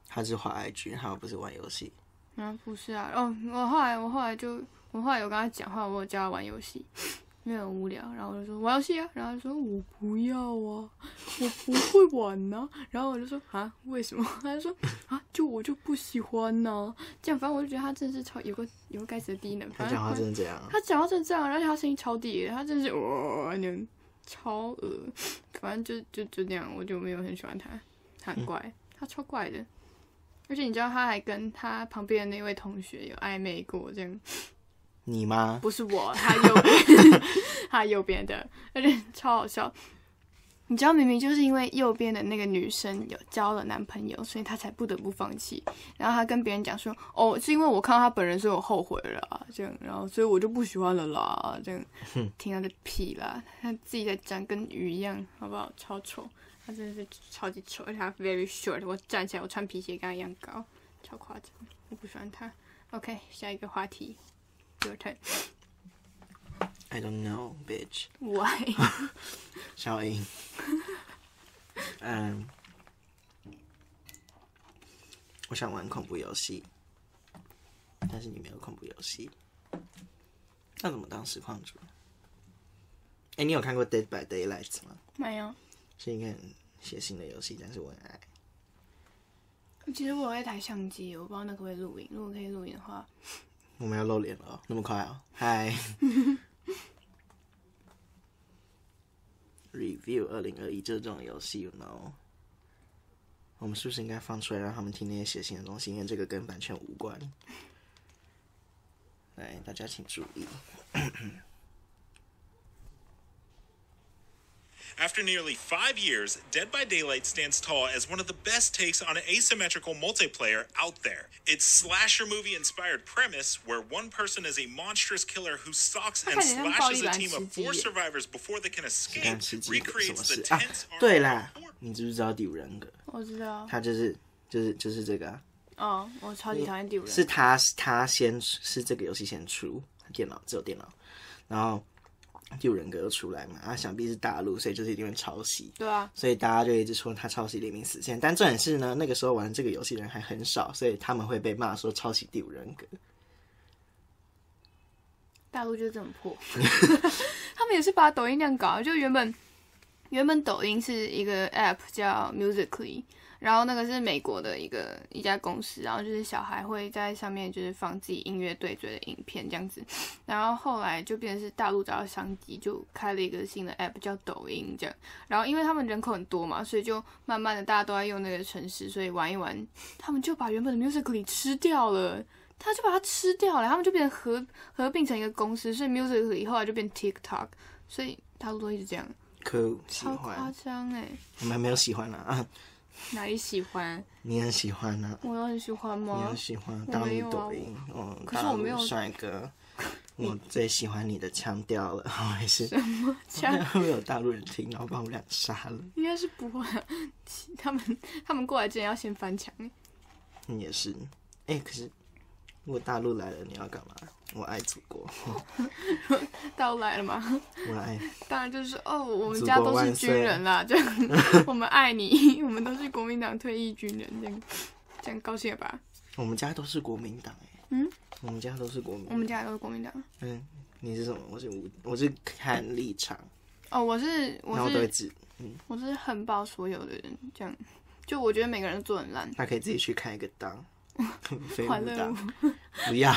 Speaker 1: 他是滑 IG，他不是玩游戏。
Speaker 2: 啊，不是啊，哦，我后来我后来就我后来有跟他讲话，我有叫他玩游戏，因为很无聊，然后我就说玩游戏啊，然后他就说我不要啊，我不会玩呐、然后我就说啊，为什么？ 他就说啊，就我就不喜欢呐、这样反正我就觉得他真的是超有个有个该死的低能，
Speaker 1: 他
Speaker 2: 反正
Speaker 1: 讲话
Speaker 2: 他
Speaker 1: 真的这样啊，
Speaker 2: 他讲话就是这样，而且他声音超低的，他真的是哇，那种超恶，反正就就就那样，我就没有很喜欢他，他很怪，他超怪的。而且你知道，他还跟他旁边的那位同学有暧昧过，这样
Speaker 1: 你吗？
Speaker 2: 不是我，他右边， 他右边的，而且超好笑。你知道，明明就是因为右边的那个女生有交了男朋友，所以他才不得不放弃。然后他跟别人讲说：“哦，是因为我看到他本人，所以我后悔了啊、这样，然后所以我就不喜欢了啦。”这样，听他的屁啦，他自己在讲跟鱼一样，好不好？超丑，他真的是超级丑，而且他 very short。我站起来，我穿皮鞋跟他一样高，超夸张，我不喜欢他。OK，下一个话题，your turn。
Speaker 1: I don't know, bitch。
Speaker 2: Why？
Speaker 1: 小英，嗯，我想玩恐怖游戏，但是你没有恐怖游戏，那怎么当实况主？哎、你有看过《Dead by Daylight》吗？
Speaker 2: 没有。
Speaker 1: 是一个很血腥的游戏，但是我很爱。
Speaker 2: 其实我有一台相机，我不知道那可不可以录影。如果可以录影的话，
Speaker 1: 我们要露脸了哦，那么快哦！嗨，review 二零二一这种游戏，you know，我们是不是应该放出来让他们听那些血腥的东西？因为这个跟版权无关。来，大家请注意。
Speaker 3: After nearly five years, Dead by Daylight stands tall as one of the best takes on an asymmetrical multiplayer out there. Its slasher movie inspired premise, where one person is a monstrous killer who stalks and
Speaker 2: 它看起来像
Speaker 3: slashes a
Speaker 2: 暴力版
Speaker 3: team of
Speaker 2: 吃鸡耶。
Speaker 3: four survivors before they can
Speaker 1: 干
Speaker 3: escape,
Speaker 1: 吃鸡有什么
Speaker 3: recreates
Speaker 1: 事
Speaker 3: the
Speaker 1: 啊
Speaker 3: tense？
Speaker 1: 对啦，你知不知道第五人格？
Speaker 2: 我知道。
Speaker 1: 他就是就是就是这个、啊，
Speaker 2: 哦，我超级讨厌第五人。
Speaker 1: 是他他先是这个游戏先出，电脑只有电脑，然后第五人格又出来嘛，啊，想必是大陆，所以就是一定会抄袭。
Speaker 2: 对啊，
Speaker 1: 所以大家就一直说他抄袭《黎明死线》，但重点是呢，那个时候玩这个游戏的人还很少，所以他们会被骂说抄袭《第五人格》。
Speaker 2: 大陆就是这么破。他们也是把抖音那样搞，就原本原本抖音是一个 app 叫 Musically，然后那个是美国的一个一家公司，然后就是小孩会在上面就是放自己音乐对嘴的影片这样子，然后后来就变成是大陆找到商机，就开了一个新的 app 叫抖音这样，然后因为他们人口很多嘛，所以就慢慢的大家都在用那个城市，所以玩一玩，他们就把原本的 Musically 吃掉了。他就把它吃掉了，他们就变成合合并成一个公司，所以 Musically 后来就变 TikTok，所以大陆都一直这样。
Speaker 1: 可喜
Speaker 2: 超夸
Speaker 1: 欢，
Speaker 2: 张哎，
Speaker 1: 我们没有喜欢啦啊，
Speaker 2: 哪里喜欢？
Speaker 1: 你很喜欢呢、
Speaker 2: 我有很喜欢
Speaker 1: 你
Speaker 2: 吗
Speaker 1: 很？喜欢
Speaker 2: 我
Speaker 1: 大
Speaker 2: 没有
Speaker 1: 陆
Speaker 2: 啊
Speaker 1: 抖音，哦，
Speaker 2: 可是
Speaker 1: 大
Speaker 2: 我没有
Speaker 1: 陆帅 哥，我最喜欢你的腔调了，没事，
Speaker 2: 这样
Speaker 1: 会不会有大陆人听，然后把我们俩杀了？
Speaker 2: 应该是不会、啊， 其他们他们过来之前要先翻墙欸。
Speaker 1: 嗯也是，哎、可是如果大陆来了，你要干嘛？我爱祖国。
Speaker 2: 大到来了嘛，
Speaker 1: 我爱，
Speaker 2: 当然就是哦，我们家都是军人啦，这样 我们爱你，我们都是国民党退役军人，这样这样高兴了吧？
Speaker 1: 我们家都是国民党哎、
Speaker 2: 嗯，
Speaker 1: 我们家都是国民
Speaker 2: 我，们家也都是国民党。
Speaker 1: 嗯，你是什么？我是无，我是看立场，
Speaker 2: 哦，我是
Speaker 1: 然后
Speaker 2: 我
Speaker 1: 我都会
Speaker 2: 是
Speaker 1: 自，
Speaker 2: 我是恨爆所有的人，这样就我觉得每个人都做得很烂，
Speaker 1: 他可以自己去看一个档，飞
Speaker 2: 欢
Speaker 1: 舞
Speaker 2: 乐
Speaker 1: 档
Speaker 2: 屋，
Speaker 1: 不要，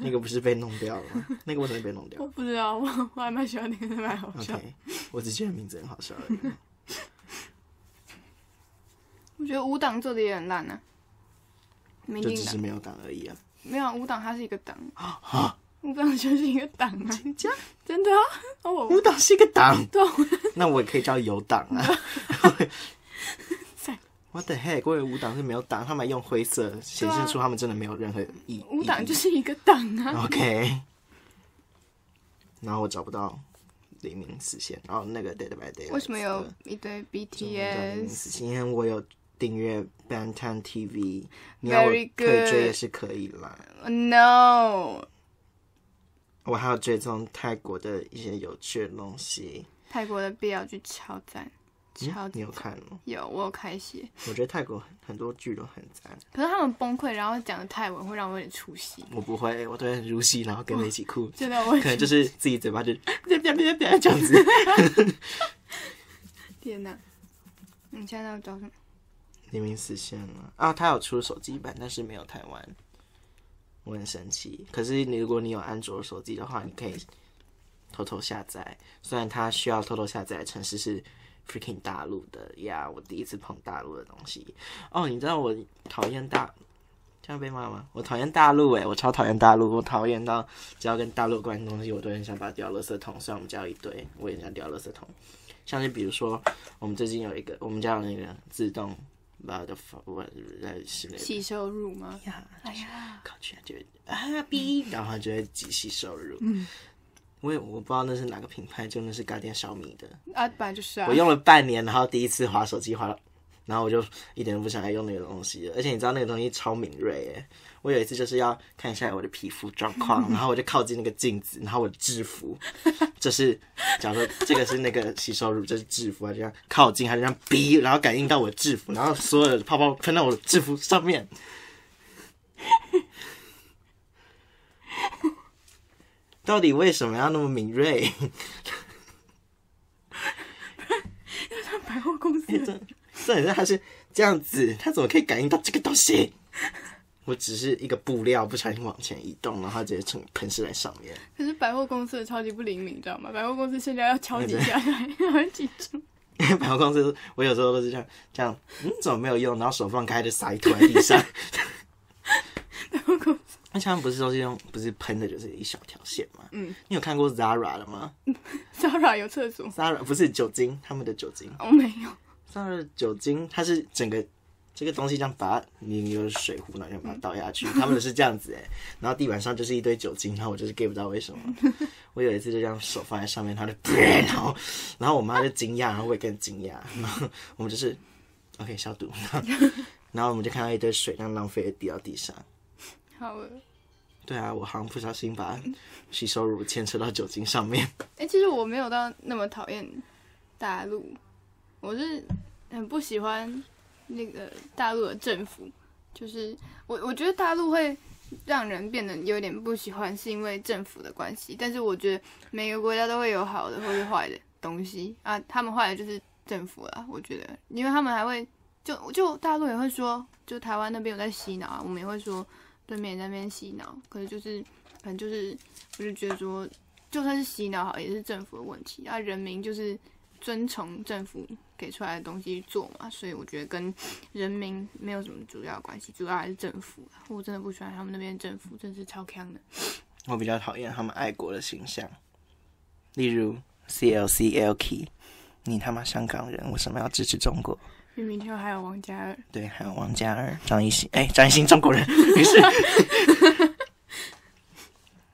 Speaker 1: 那个不是被弄掉了吗？那个为什么被弄掉
Speaker 2: 我不知道，我我还蛮喜欢那个，蛮好笑。
Speaker 1: ？OK，我只觉得名字很好笑而已。
Speaker 2: 我觉得五党做的也很烂啊，民
Speaker 1: 就
Speaker 2: 进
Speaker 1: 只
Speaker 2: 党
Speaker 1: 是没有党而已啊。
Speaker 2: 没有啊五党，它是一个党，
Speaker 1: 啊，
Speaker 2: 五党就是一个党啊，
Speaker 1: 这样
Speaker 2: 真的啊，哦，我
Speaker 1: 舞党是一个党，
Speaker 2: 对啊，
Speaker 1: 那我也可以叫有党啊。
Speaker 2: 在
Speaker 1: What the heck？我以为舞党是没有党，他们还用灰色显示出他们真的没有任何意义。
Speaker 2: 五党就是一个党啊，
Speaker 1: OK。然后我找不到黎明死线，然后那个 Dead by Day
Speaker 2: 为什么有一堆BTS？
Speaker 1: 因为我有订阅 Bantan TV，你要我
Speaker 2: Very
Speaker 1: 退追也
Speaker 2: good
Speaker 1: 是可以啦。
Speaker 2: Oh, No，
Speaker 1: 我还有追踪泰国的一些有趣的东西。
Speaker 2: 泰国的必要剧超赞，超
Speaker 1: 嗯、你
Speaker 2: 级
Speaker 1: 有看吗？
Speaker 2: 有我有开写，
Speaker 1: 我觉得泰国很多剧都很赞。
Speaker 2: 可是他们崩溃，然后讲的泰文会让我有点出戏，
Speaker 1: 我不会，我都会很入戏，然后跟着一起哭。
Speaker 2: 真的我
Speaker 1: 可能就是自己嘴巴就别别别别 这样子。
Speaker 2: 天哪！你现在在找什么？
Speaker 1: 黎 明死线了啊！他有出手机版，但是没有台湾，我很生气。可是你如果你有安卓手机的话，你可以偷偷下载。虽然它需要偷偷下载的城市是 freaking 大陆的呀，我第一次碰大陆的东西。哦，你知道我讨厌大，这样被骂吗？我讨厌大陆欸诶、我超讨厌大陆，我讨厌到只要跟大陆有关的东西，我都很想把它丢到垃圾桶。虽然我们家有一堆，我也很想丢到垃圾桶。像是比如说，我们最近有一个，我们家有那个自动把的发我在室内
Speaker 2: 吸收入吗？
Speaker 1: 呀，
Speaker 2: 哎呀，
Speaker 1: 考起来就会啊逼，然后就会极其收入。嗯，我也我不知道那是哪个品牌，就那是家电小米的。
Speaker 2: 啊，本来就是啊
Speaker 1: 我。用了半年，然后第一次滑手机滑到，然后我就一点都不想再用那个东西了。而且你知道那个东西超敏锐诶，我有一次就是要看一下我的皮肤状 况，然后我就靠近那个镜子，然后我的制服就是，假如说这个是那个吸收乳，这是制服，它啊就这样靠近，它就这样逼，然后感应到我的制服，然后所有的泡泡喷到我的制服上面。 到底为什么要那么敏锐？
Speaker 2: 百货公司
Speaker 1: 这 这很像他是这样子，他怎么可以感应到这个东西？我只是一个布料不小心往前移动，然后它直接从喷射在上面。
Speaker 2: 可是百货公司的超级不灵敏，你知道吗？百货公司现在要敲几下来，要记住。
Speaker 1: 百货公司，我有时候都是这样，这样，嗯，怎么没有用？然后手放开就撒一坨在地上。
Speaker 2: 百货公司
Speaker 1: 而且他们不是都是用，不是喷的，就是一小条线吗？
Speaker 2: 嗯，
Speaker 1: 你有看过 Zara 的吗
Speaker 2: Zara 有厕所，
Speaker 1: ？Zara 不是酒精，他们的酒精
Speaker 2: 我、没有。
Speaker 1: ，Zara 的酒精，它是整个这个东西这样把它，你有水壶，然后就把它倒下去。他们的是这样子哎、然后地板上就是一堆酒精，然后我就是 get 不到为什么。我有一次就这样手放在上面，它就 然后然后我妈就惊讶，然后我也更惊讶，然后我们就是 OK 消毒，然后然后我们就看到一堆水这样浪费滴到地上。
Speaker 2: 好了，
Speaker 1: 对啊，我好像不小心把吸收乳牵扯到酒精上面。
Speaker 2: 哎、其实我没有到那么讨厌大陆，我是很不喜欢那个大陆的政府，就是我我觉得大陆会让人变得有点不喜欢，是因为政府的关系。但是我觉得每个国家都会有好的或是坏的东西啊，他们坏的就是政府啦，我觉得，因为他们还会就就大陆也会说，就台湾那边有在洗脑啊，我们也会说对面也在那边洗脑，可是就是可能就是我就觉得说就算是洗脑好，也是政府的问题啊。人民就是遵从政府给出来的东西做嘛，所以我觉得跟人民没有什么主要的关系，主要还是政府啊。我真的不喜欢他们那边政府，真是超强的。
Speaker 1: 我比较讨厌他们爱国的形象，例如 CLC LK，你他妈香港人，为什么要支持中国？
Speaker 2: 因为明天还有王嘉尔，
Speaker 1: 对，还有王嘉尔、张艺兴，哎、张艺兴中国人，没事。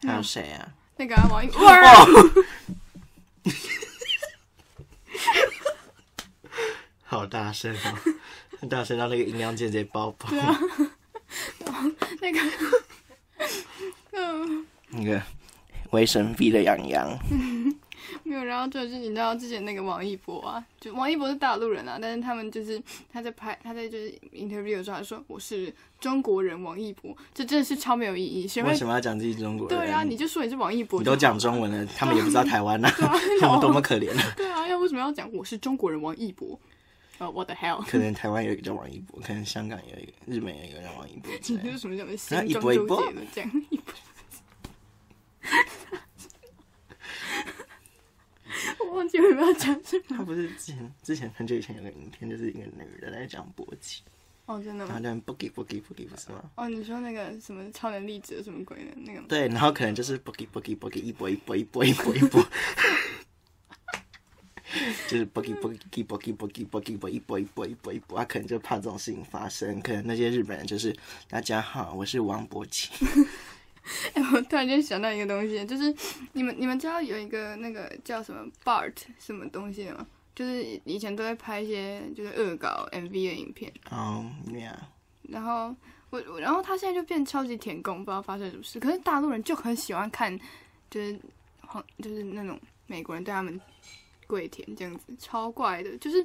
Speaker 1: 还有谁啊？
Speaker 2: 那个、啊、王一哇，
Speaker 1: 好大声哦，很大声到那个音量键直接爆棚。
Speaker 2: 啊那个，嗯，
Speaker 1: 那个维神 B 的杨洋
Speaker 2: 没有，然后就是你知道之前那个王一博啊，就王一博是大陆人啊，但是他们就是他在拍他在就是 interview 的时候，他说我是中国人王一博，这真的是超没有意义。谁会
Speaker 1: 为什么要讲自己中国人？
Speaker 2: 对啊？你就说你是王一博，
Speaker 1: 你都讲中文了，他们也不知道台湾呐、
Speaker 2: 啊
Speaker 1: 他们多么可怜啊！
Speaker 2: 对啊，要为什么要讲我是中国人王一博？呃、w h a t the hell？
Speaker 1: 可能台湾有一个叫王一博，可能香港有一个，日本有一个叫王一博之
Speaker 2: 你
Speaker 1: 类
Speaker 2: 这
Speaker 1: 的。
Speaker 2: 是什么叫做
Speaker 1: 啊
Speaker 2: 心
Speaker 1: 一
Speaker 2: 中
Speaker 1: 波一
Speaker 2: 纠
Speaker 1: 波
Speaker 2: 结的 这样一波？ 我忘记我们要讲什么
Speaker 1: 他不是之前之前很久以前有个影片，就是一个女的在讲搏击，
Speaker 2: 哦，真的
Speaker 1: 然
Speaker 2: 吗
Speaker 1: 后？在那边 boogie boogie boogie 不是吗？
Speaker 2: 哦，你说那个什么超能力者什么鬼的那个吗？
Speaker 1: 对，然后可能就是 boogie boogie boogie 一波一波一波一波一波， 就是 boogie boogie boogie boogie boogie 波一波一波一波一波，他可能就怕这种事情发生，可能那些日本人就是大家好，我是王博奇，
Speaker 2: 哎、 我突然间想到一个东西，就是你们你们知道有一个那个叫什么 Bart 什么东西吗？就是以前都会拍一些就是恶搞 MV 的影片，
Speaker 1: 哦、yeah，
Speaker 2: 然后我我然后他现在就变超级舔狗，不知道发生什么事。可是大陆人就很喜欢看，就是黄就是那种美国人对他们跪舔这样子，超怪的。就是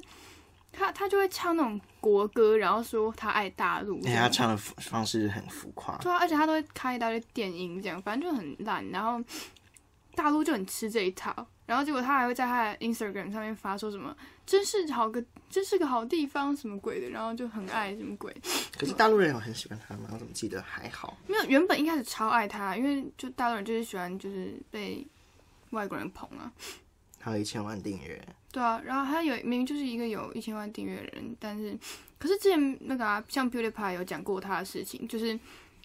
Speaker 2: 他他就会唱那种国歌，然后说他爱大陆这
Speaker 1: 哎，
Speaker 2: 样子，
Speaker 1: 他唱的方式很浮夸，
Speaker 2: 对啊，而且他都会开一大堆电音，这样反正就很烂。然后大陆就很吃这一套，然后结果他还会在他的 Instagram 上面发说什么“真是好个，真是个好地方”什么鬼的，然后就很爱什么鬼。
Speaker 1: 可是大陆人有很喜欢他吗？我怎么记得还好？
Speaker 2: 没有，原本一开始超爱他，因为就大陆人就是喜欢就是被外国人捧啊。
Speaker 1: 他有一千万订阅，
Speaker 2: 对啊，然后他有明明就是一个有一千万订阅的人，但是可是之前那个啊，像 PewDiePie 有讲过他的事情，就是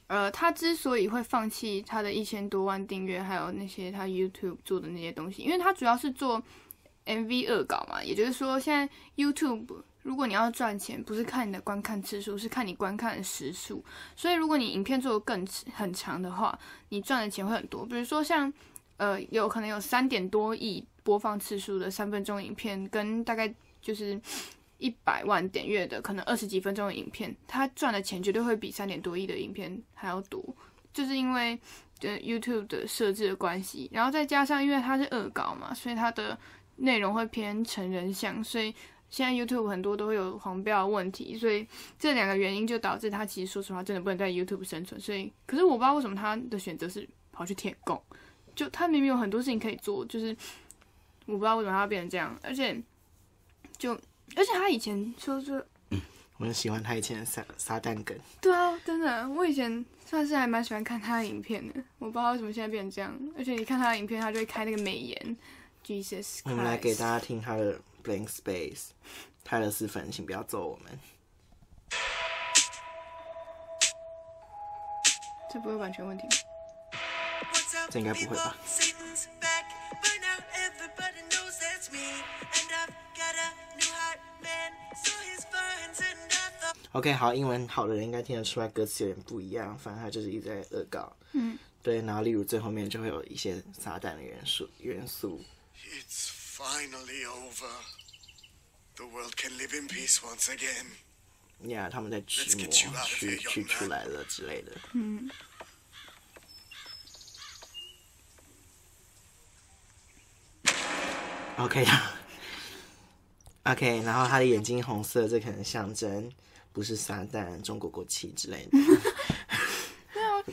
Speaker 2: 呃，他之所以会放弃他的一千多万订阅，还有那些他 YouTube 做的那些东西，因为他主要是做 MV 恶搞嘛，也就是说，现在 YouTube 如果你要赚钱，不是看你的观看次数，是看你观看的时数，所以如果你影片做的更很长的话，你赚的钱会很多，比如说像。呃，有可能有三点多亿播放次数的三分钟影片，跟大概就是一百万点阅的可能二十几分钟的影片，它赚的钱绝对会比三点多亿的影片还要多，就是因为呃 YouTube 的设置的关系，然后再加上因为它是恶搞嘛，所以它的内容会偏成人向，所以。现在 YouTube 很多都会有黄标的问题，所以这两个原因就导致他其实说实话真的不能在 YouTube 生存。所以，可是我不知道为什么他的选择是跑去舔狗，就他明明有很多事情可以做，就是我不知道为什么他要变成这样，而且就而且他以前说说，
Speaker 1: 我很喜欢他以前的撒撒旦梗，
Speaker 2: 对啊，真的，我以前算是还蛮喜欢看他的影片的，我不知道为什么现在变成这样，而且你看他的影片，他就会开那个美颜，Jesus
Speaker 1: 我们来给
Speaker 2: Christ，
Speaker 1: 大家听他的 Blank Space，泰勒斯粉，请不要揍我们。
Speaker 2: 这不会版权问题吗？
Speaker 1: 这应该不会吧？OK，好，英文好的人应该听得出来歌词有点不一样，反正他就是一直在恶搞。嗯，对，然后例如最后面就会有一些撒旦的元素元素。
Speaker 4: It's finally over. The world can live in peace once again.
Speaker 1: Yeah，他们在驱
Speaker 4: Let's
Speaker 1: 魔
Speaker 4: get you out of
Speaker 1: 驱
Speaker 4: here, young
Speaker 1: 驱
Speaker 4: man.
Speaker 1: 出来了之类的。OK 啊，OK，然后他的眼睛红色，这可能象征不是撒旦、中国国旗之类的。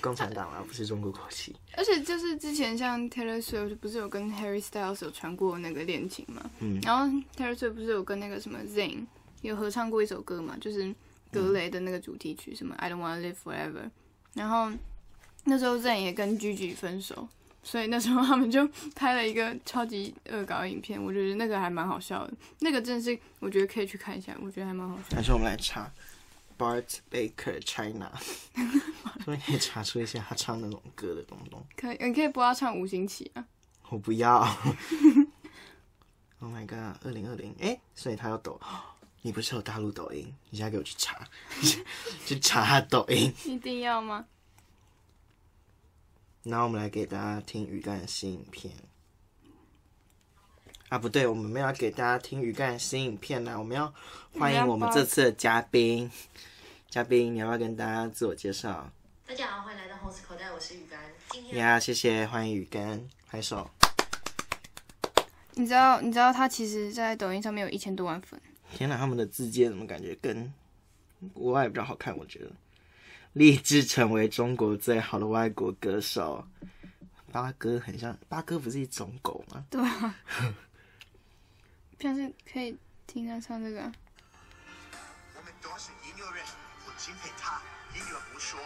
Speaker 1: 共产党啊，不是中国国旗。
Speaker 2: 而且就是之前像 Taylor Swift 不是有跟 Harry Styles 有传过那个恋情嘛，然后 Taylor Swift 不是有跟那个什么 Zayn 有合唱过一首歌嘛，就是格雷的那个主题曲，什么 I Don't Wanna Live Forever，然后那时候 Zayn 也跟 Gigi 分手，所以那时候他们就拍了一个超级恶搞的影片，我觉得那个还蛮好笑的，那个真的是我觉得可以去看一下，我觉得还蛮好笑的。
Speaker 1: 但是我们来查 Bart Baker China，所以可以查出一些他唱那种歌的东东。
Speaker 2: 可以，你可以播他唱《五星旗》啊，
Speaker 1: 我不要。oh my god，二零二零，哎，所以他要抖。你不是有大陆抖音？你现在给我去查， 去查他抖音。
Speaker 2: 一定要吗？
Speaker 1: 然后我们来给大家听鱼干的新影片。啊，不对，我们没有要给大家听鱼干的新影片啦，我们要欢迎我们这次的嘉宾。嘉宾，你要不要跟大家自我介绍？
Speaker 5: 大家好，欢迎来到红石口袋，我是雨干。今天
Speaker 1: 呀、谢谢，欢迎雨干，拍手。
Speaker 2: 你知道，你知道他其实，在抖音上面有一千多万粉。
Speaker 1: 天哪，他们的字界怎么感觉跟国外比较好看？我觉得，立志成为中国最好的外国歌手。八哥很像，八哥不是一种狗吗？
Speaker 2: 对啊，像是可以听他唱这个啊，
Speaker 5: 我们都是音乐人，我敬佩他，音乐不说。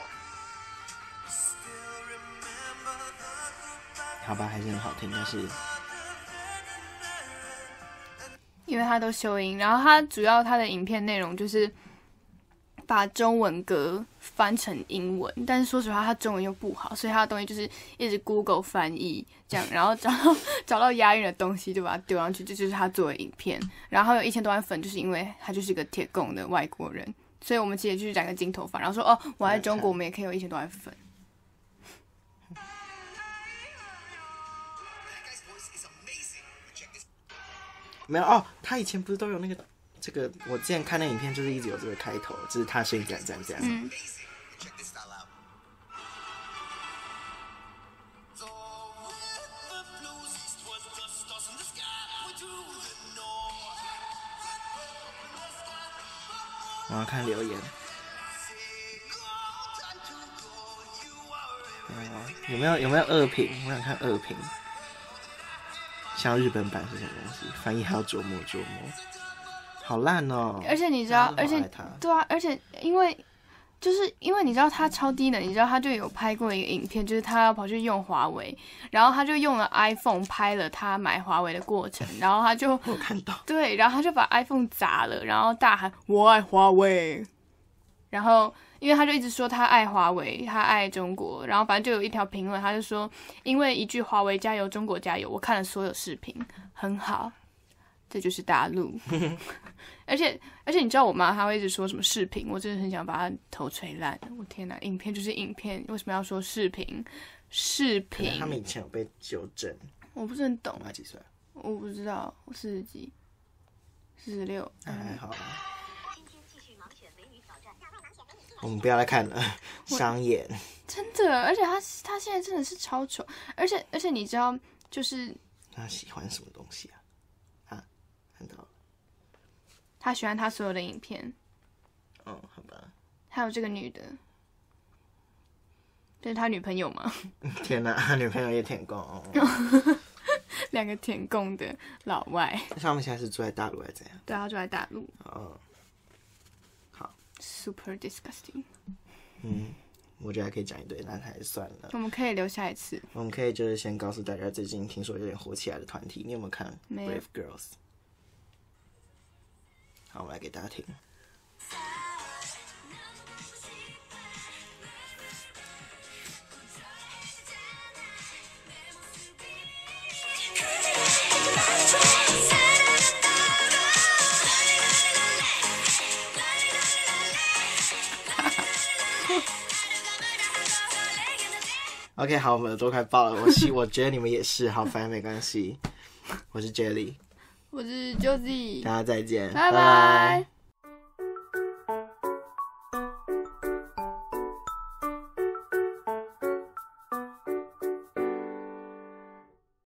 Speaker 1: 好吧，还是很好听，但是
Speaker 2: 因为他都修音，然后他主要他的影片内容就是把中文歌翻成英文，但是说实话，他中文又不好，所以他的东西就是一直 Google 翻译这样，然后找到 找到押韵的东西就把它丢上去，这就是他做的影片。然后有一千多万粉，就是因为他就是一个铁供的外国人，所以我们其实去染个金头发，然后说哦，我在中国，我们也可以有一千多万粉。
Speaker 5: That guy's voice is amazing. Check this.
Speaker 1: 没有哦。他以前不是都有那个这个？我之前看那影片就是一直有这个开头，就是他声音这样这样这样。
Speaker 5: Amazing. Check this style out. So with the blues, it was the stars in the sky. We do the north. Open the sky.
Speaker 1: 我要看留言，
Speaker 5: Say go, time to go. You are everything.
Speaker 1: 哦有没有有没有恶评？我想看恶评。像日本版是什么东西？翻译还要琢磨琢磨，好烂哦！
Speaker 2: 而且你知道，
Speaker 1: 大
Speaker 2: 而
Speaker 1: 家都好
Speaker 2: 且
Speaker 1: 爱他
Speaker 2: 对啊，而且因为就是因为你知道他超低能，你知道他就有拍过一个影片，就是他要跑去用华为，然后他就用了 iPhone 拍了他买华为的过程，然后他就
Speaker 1: 我有看到，
Speaker 2: 对，然后他就把 iPhone 砸了，然后大喊“我爱华为”，然后因为他就一直说他爱华为，他爱中国，然后反正就有一条评论，他就说因为一句“华为加油，中国加油”，我看了所有视频，很好，这就是大 陆。而且而且你知道我妈她会一直说什么视频，我真的很想把她头锤烂。我天哪，影片就是影片，为什么要说视频？视频
Speaker 1: 他，们以前有被纠正。
Speaker 2: 我不是很懂
Speaker 1: 我，妈几岁啊？
Speaker 2: 我不知道，我四十几，四十六，
Speaker 1: 那还哎好啦。啊
Speaker 6: 今天继续盲选美女挑战，打败盲选美女一
Speaker 1: 我们不要来看了， 商演。
Speaker 2: 真的，而且他他现在真的是超丑，而且而且你知道，就是
Speaker 1: 他喜欢什么东西啊？啊，看到了。
Speaker 2: 他喜欢他所有的影片，
Speaker 1: 哦，好吧。
Speaker 2: 还有这个女的，这是他女朋友吗？
Speaker 1: 天哪，他女朋友也舔狗。哦、
Speaker 2: 两个舔共的老外，
Speaker 1: 那他们现在是住在大陆还是怎样？
Speaker 2: 对，啊他住在大陆
Speaker 1: 哦，
Speaker 2: ，super disgusting。
Speaker 1: 嗯，我觉得还可以讲一堆，但还是算了。
Speaker 2: 我们可以留下一次，
Speaker 1: 我们可以就是先告诉大家，最近听说有点火起来的团体，你有没有看
Speaker 2: 没有
Speaker 1: Brave Girls？好，我们来给大家听。OK，好，我们的都快爆了，我希我觉得你们也是，好，反正没关系。我是 Jelly，
Speaker 2: 我是 Josie，
Speaker 1: 大家再见，
Speaker 2: 拜拜。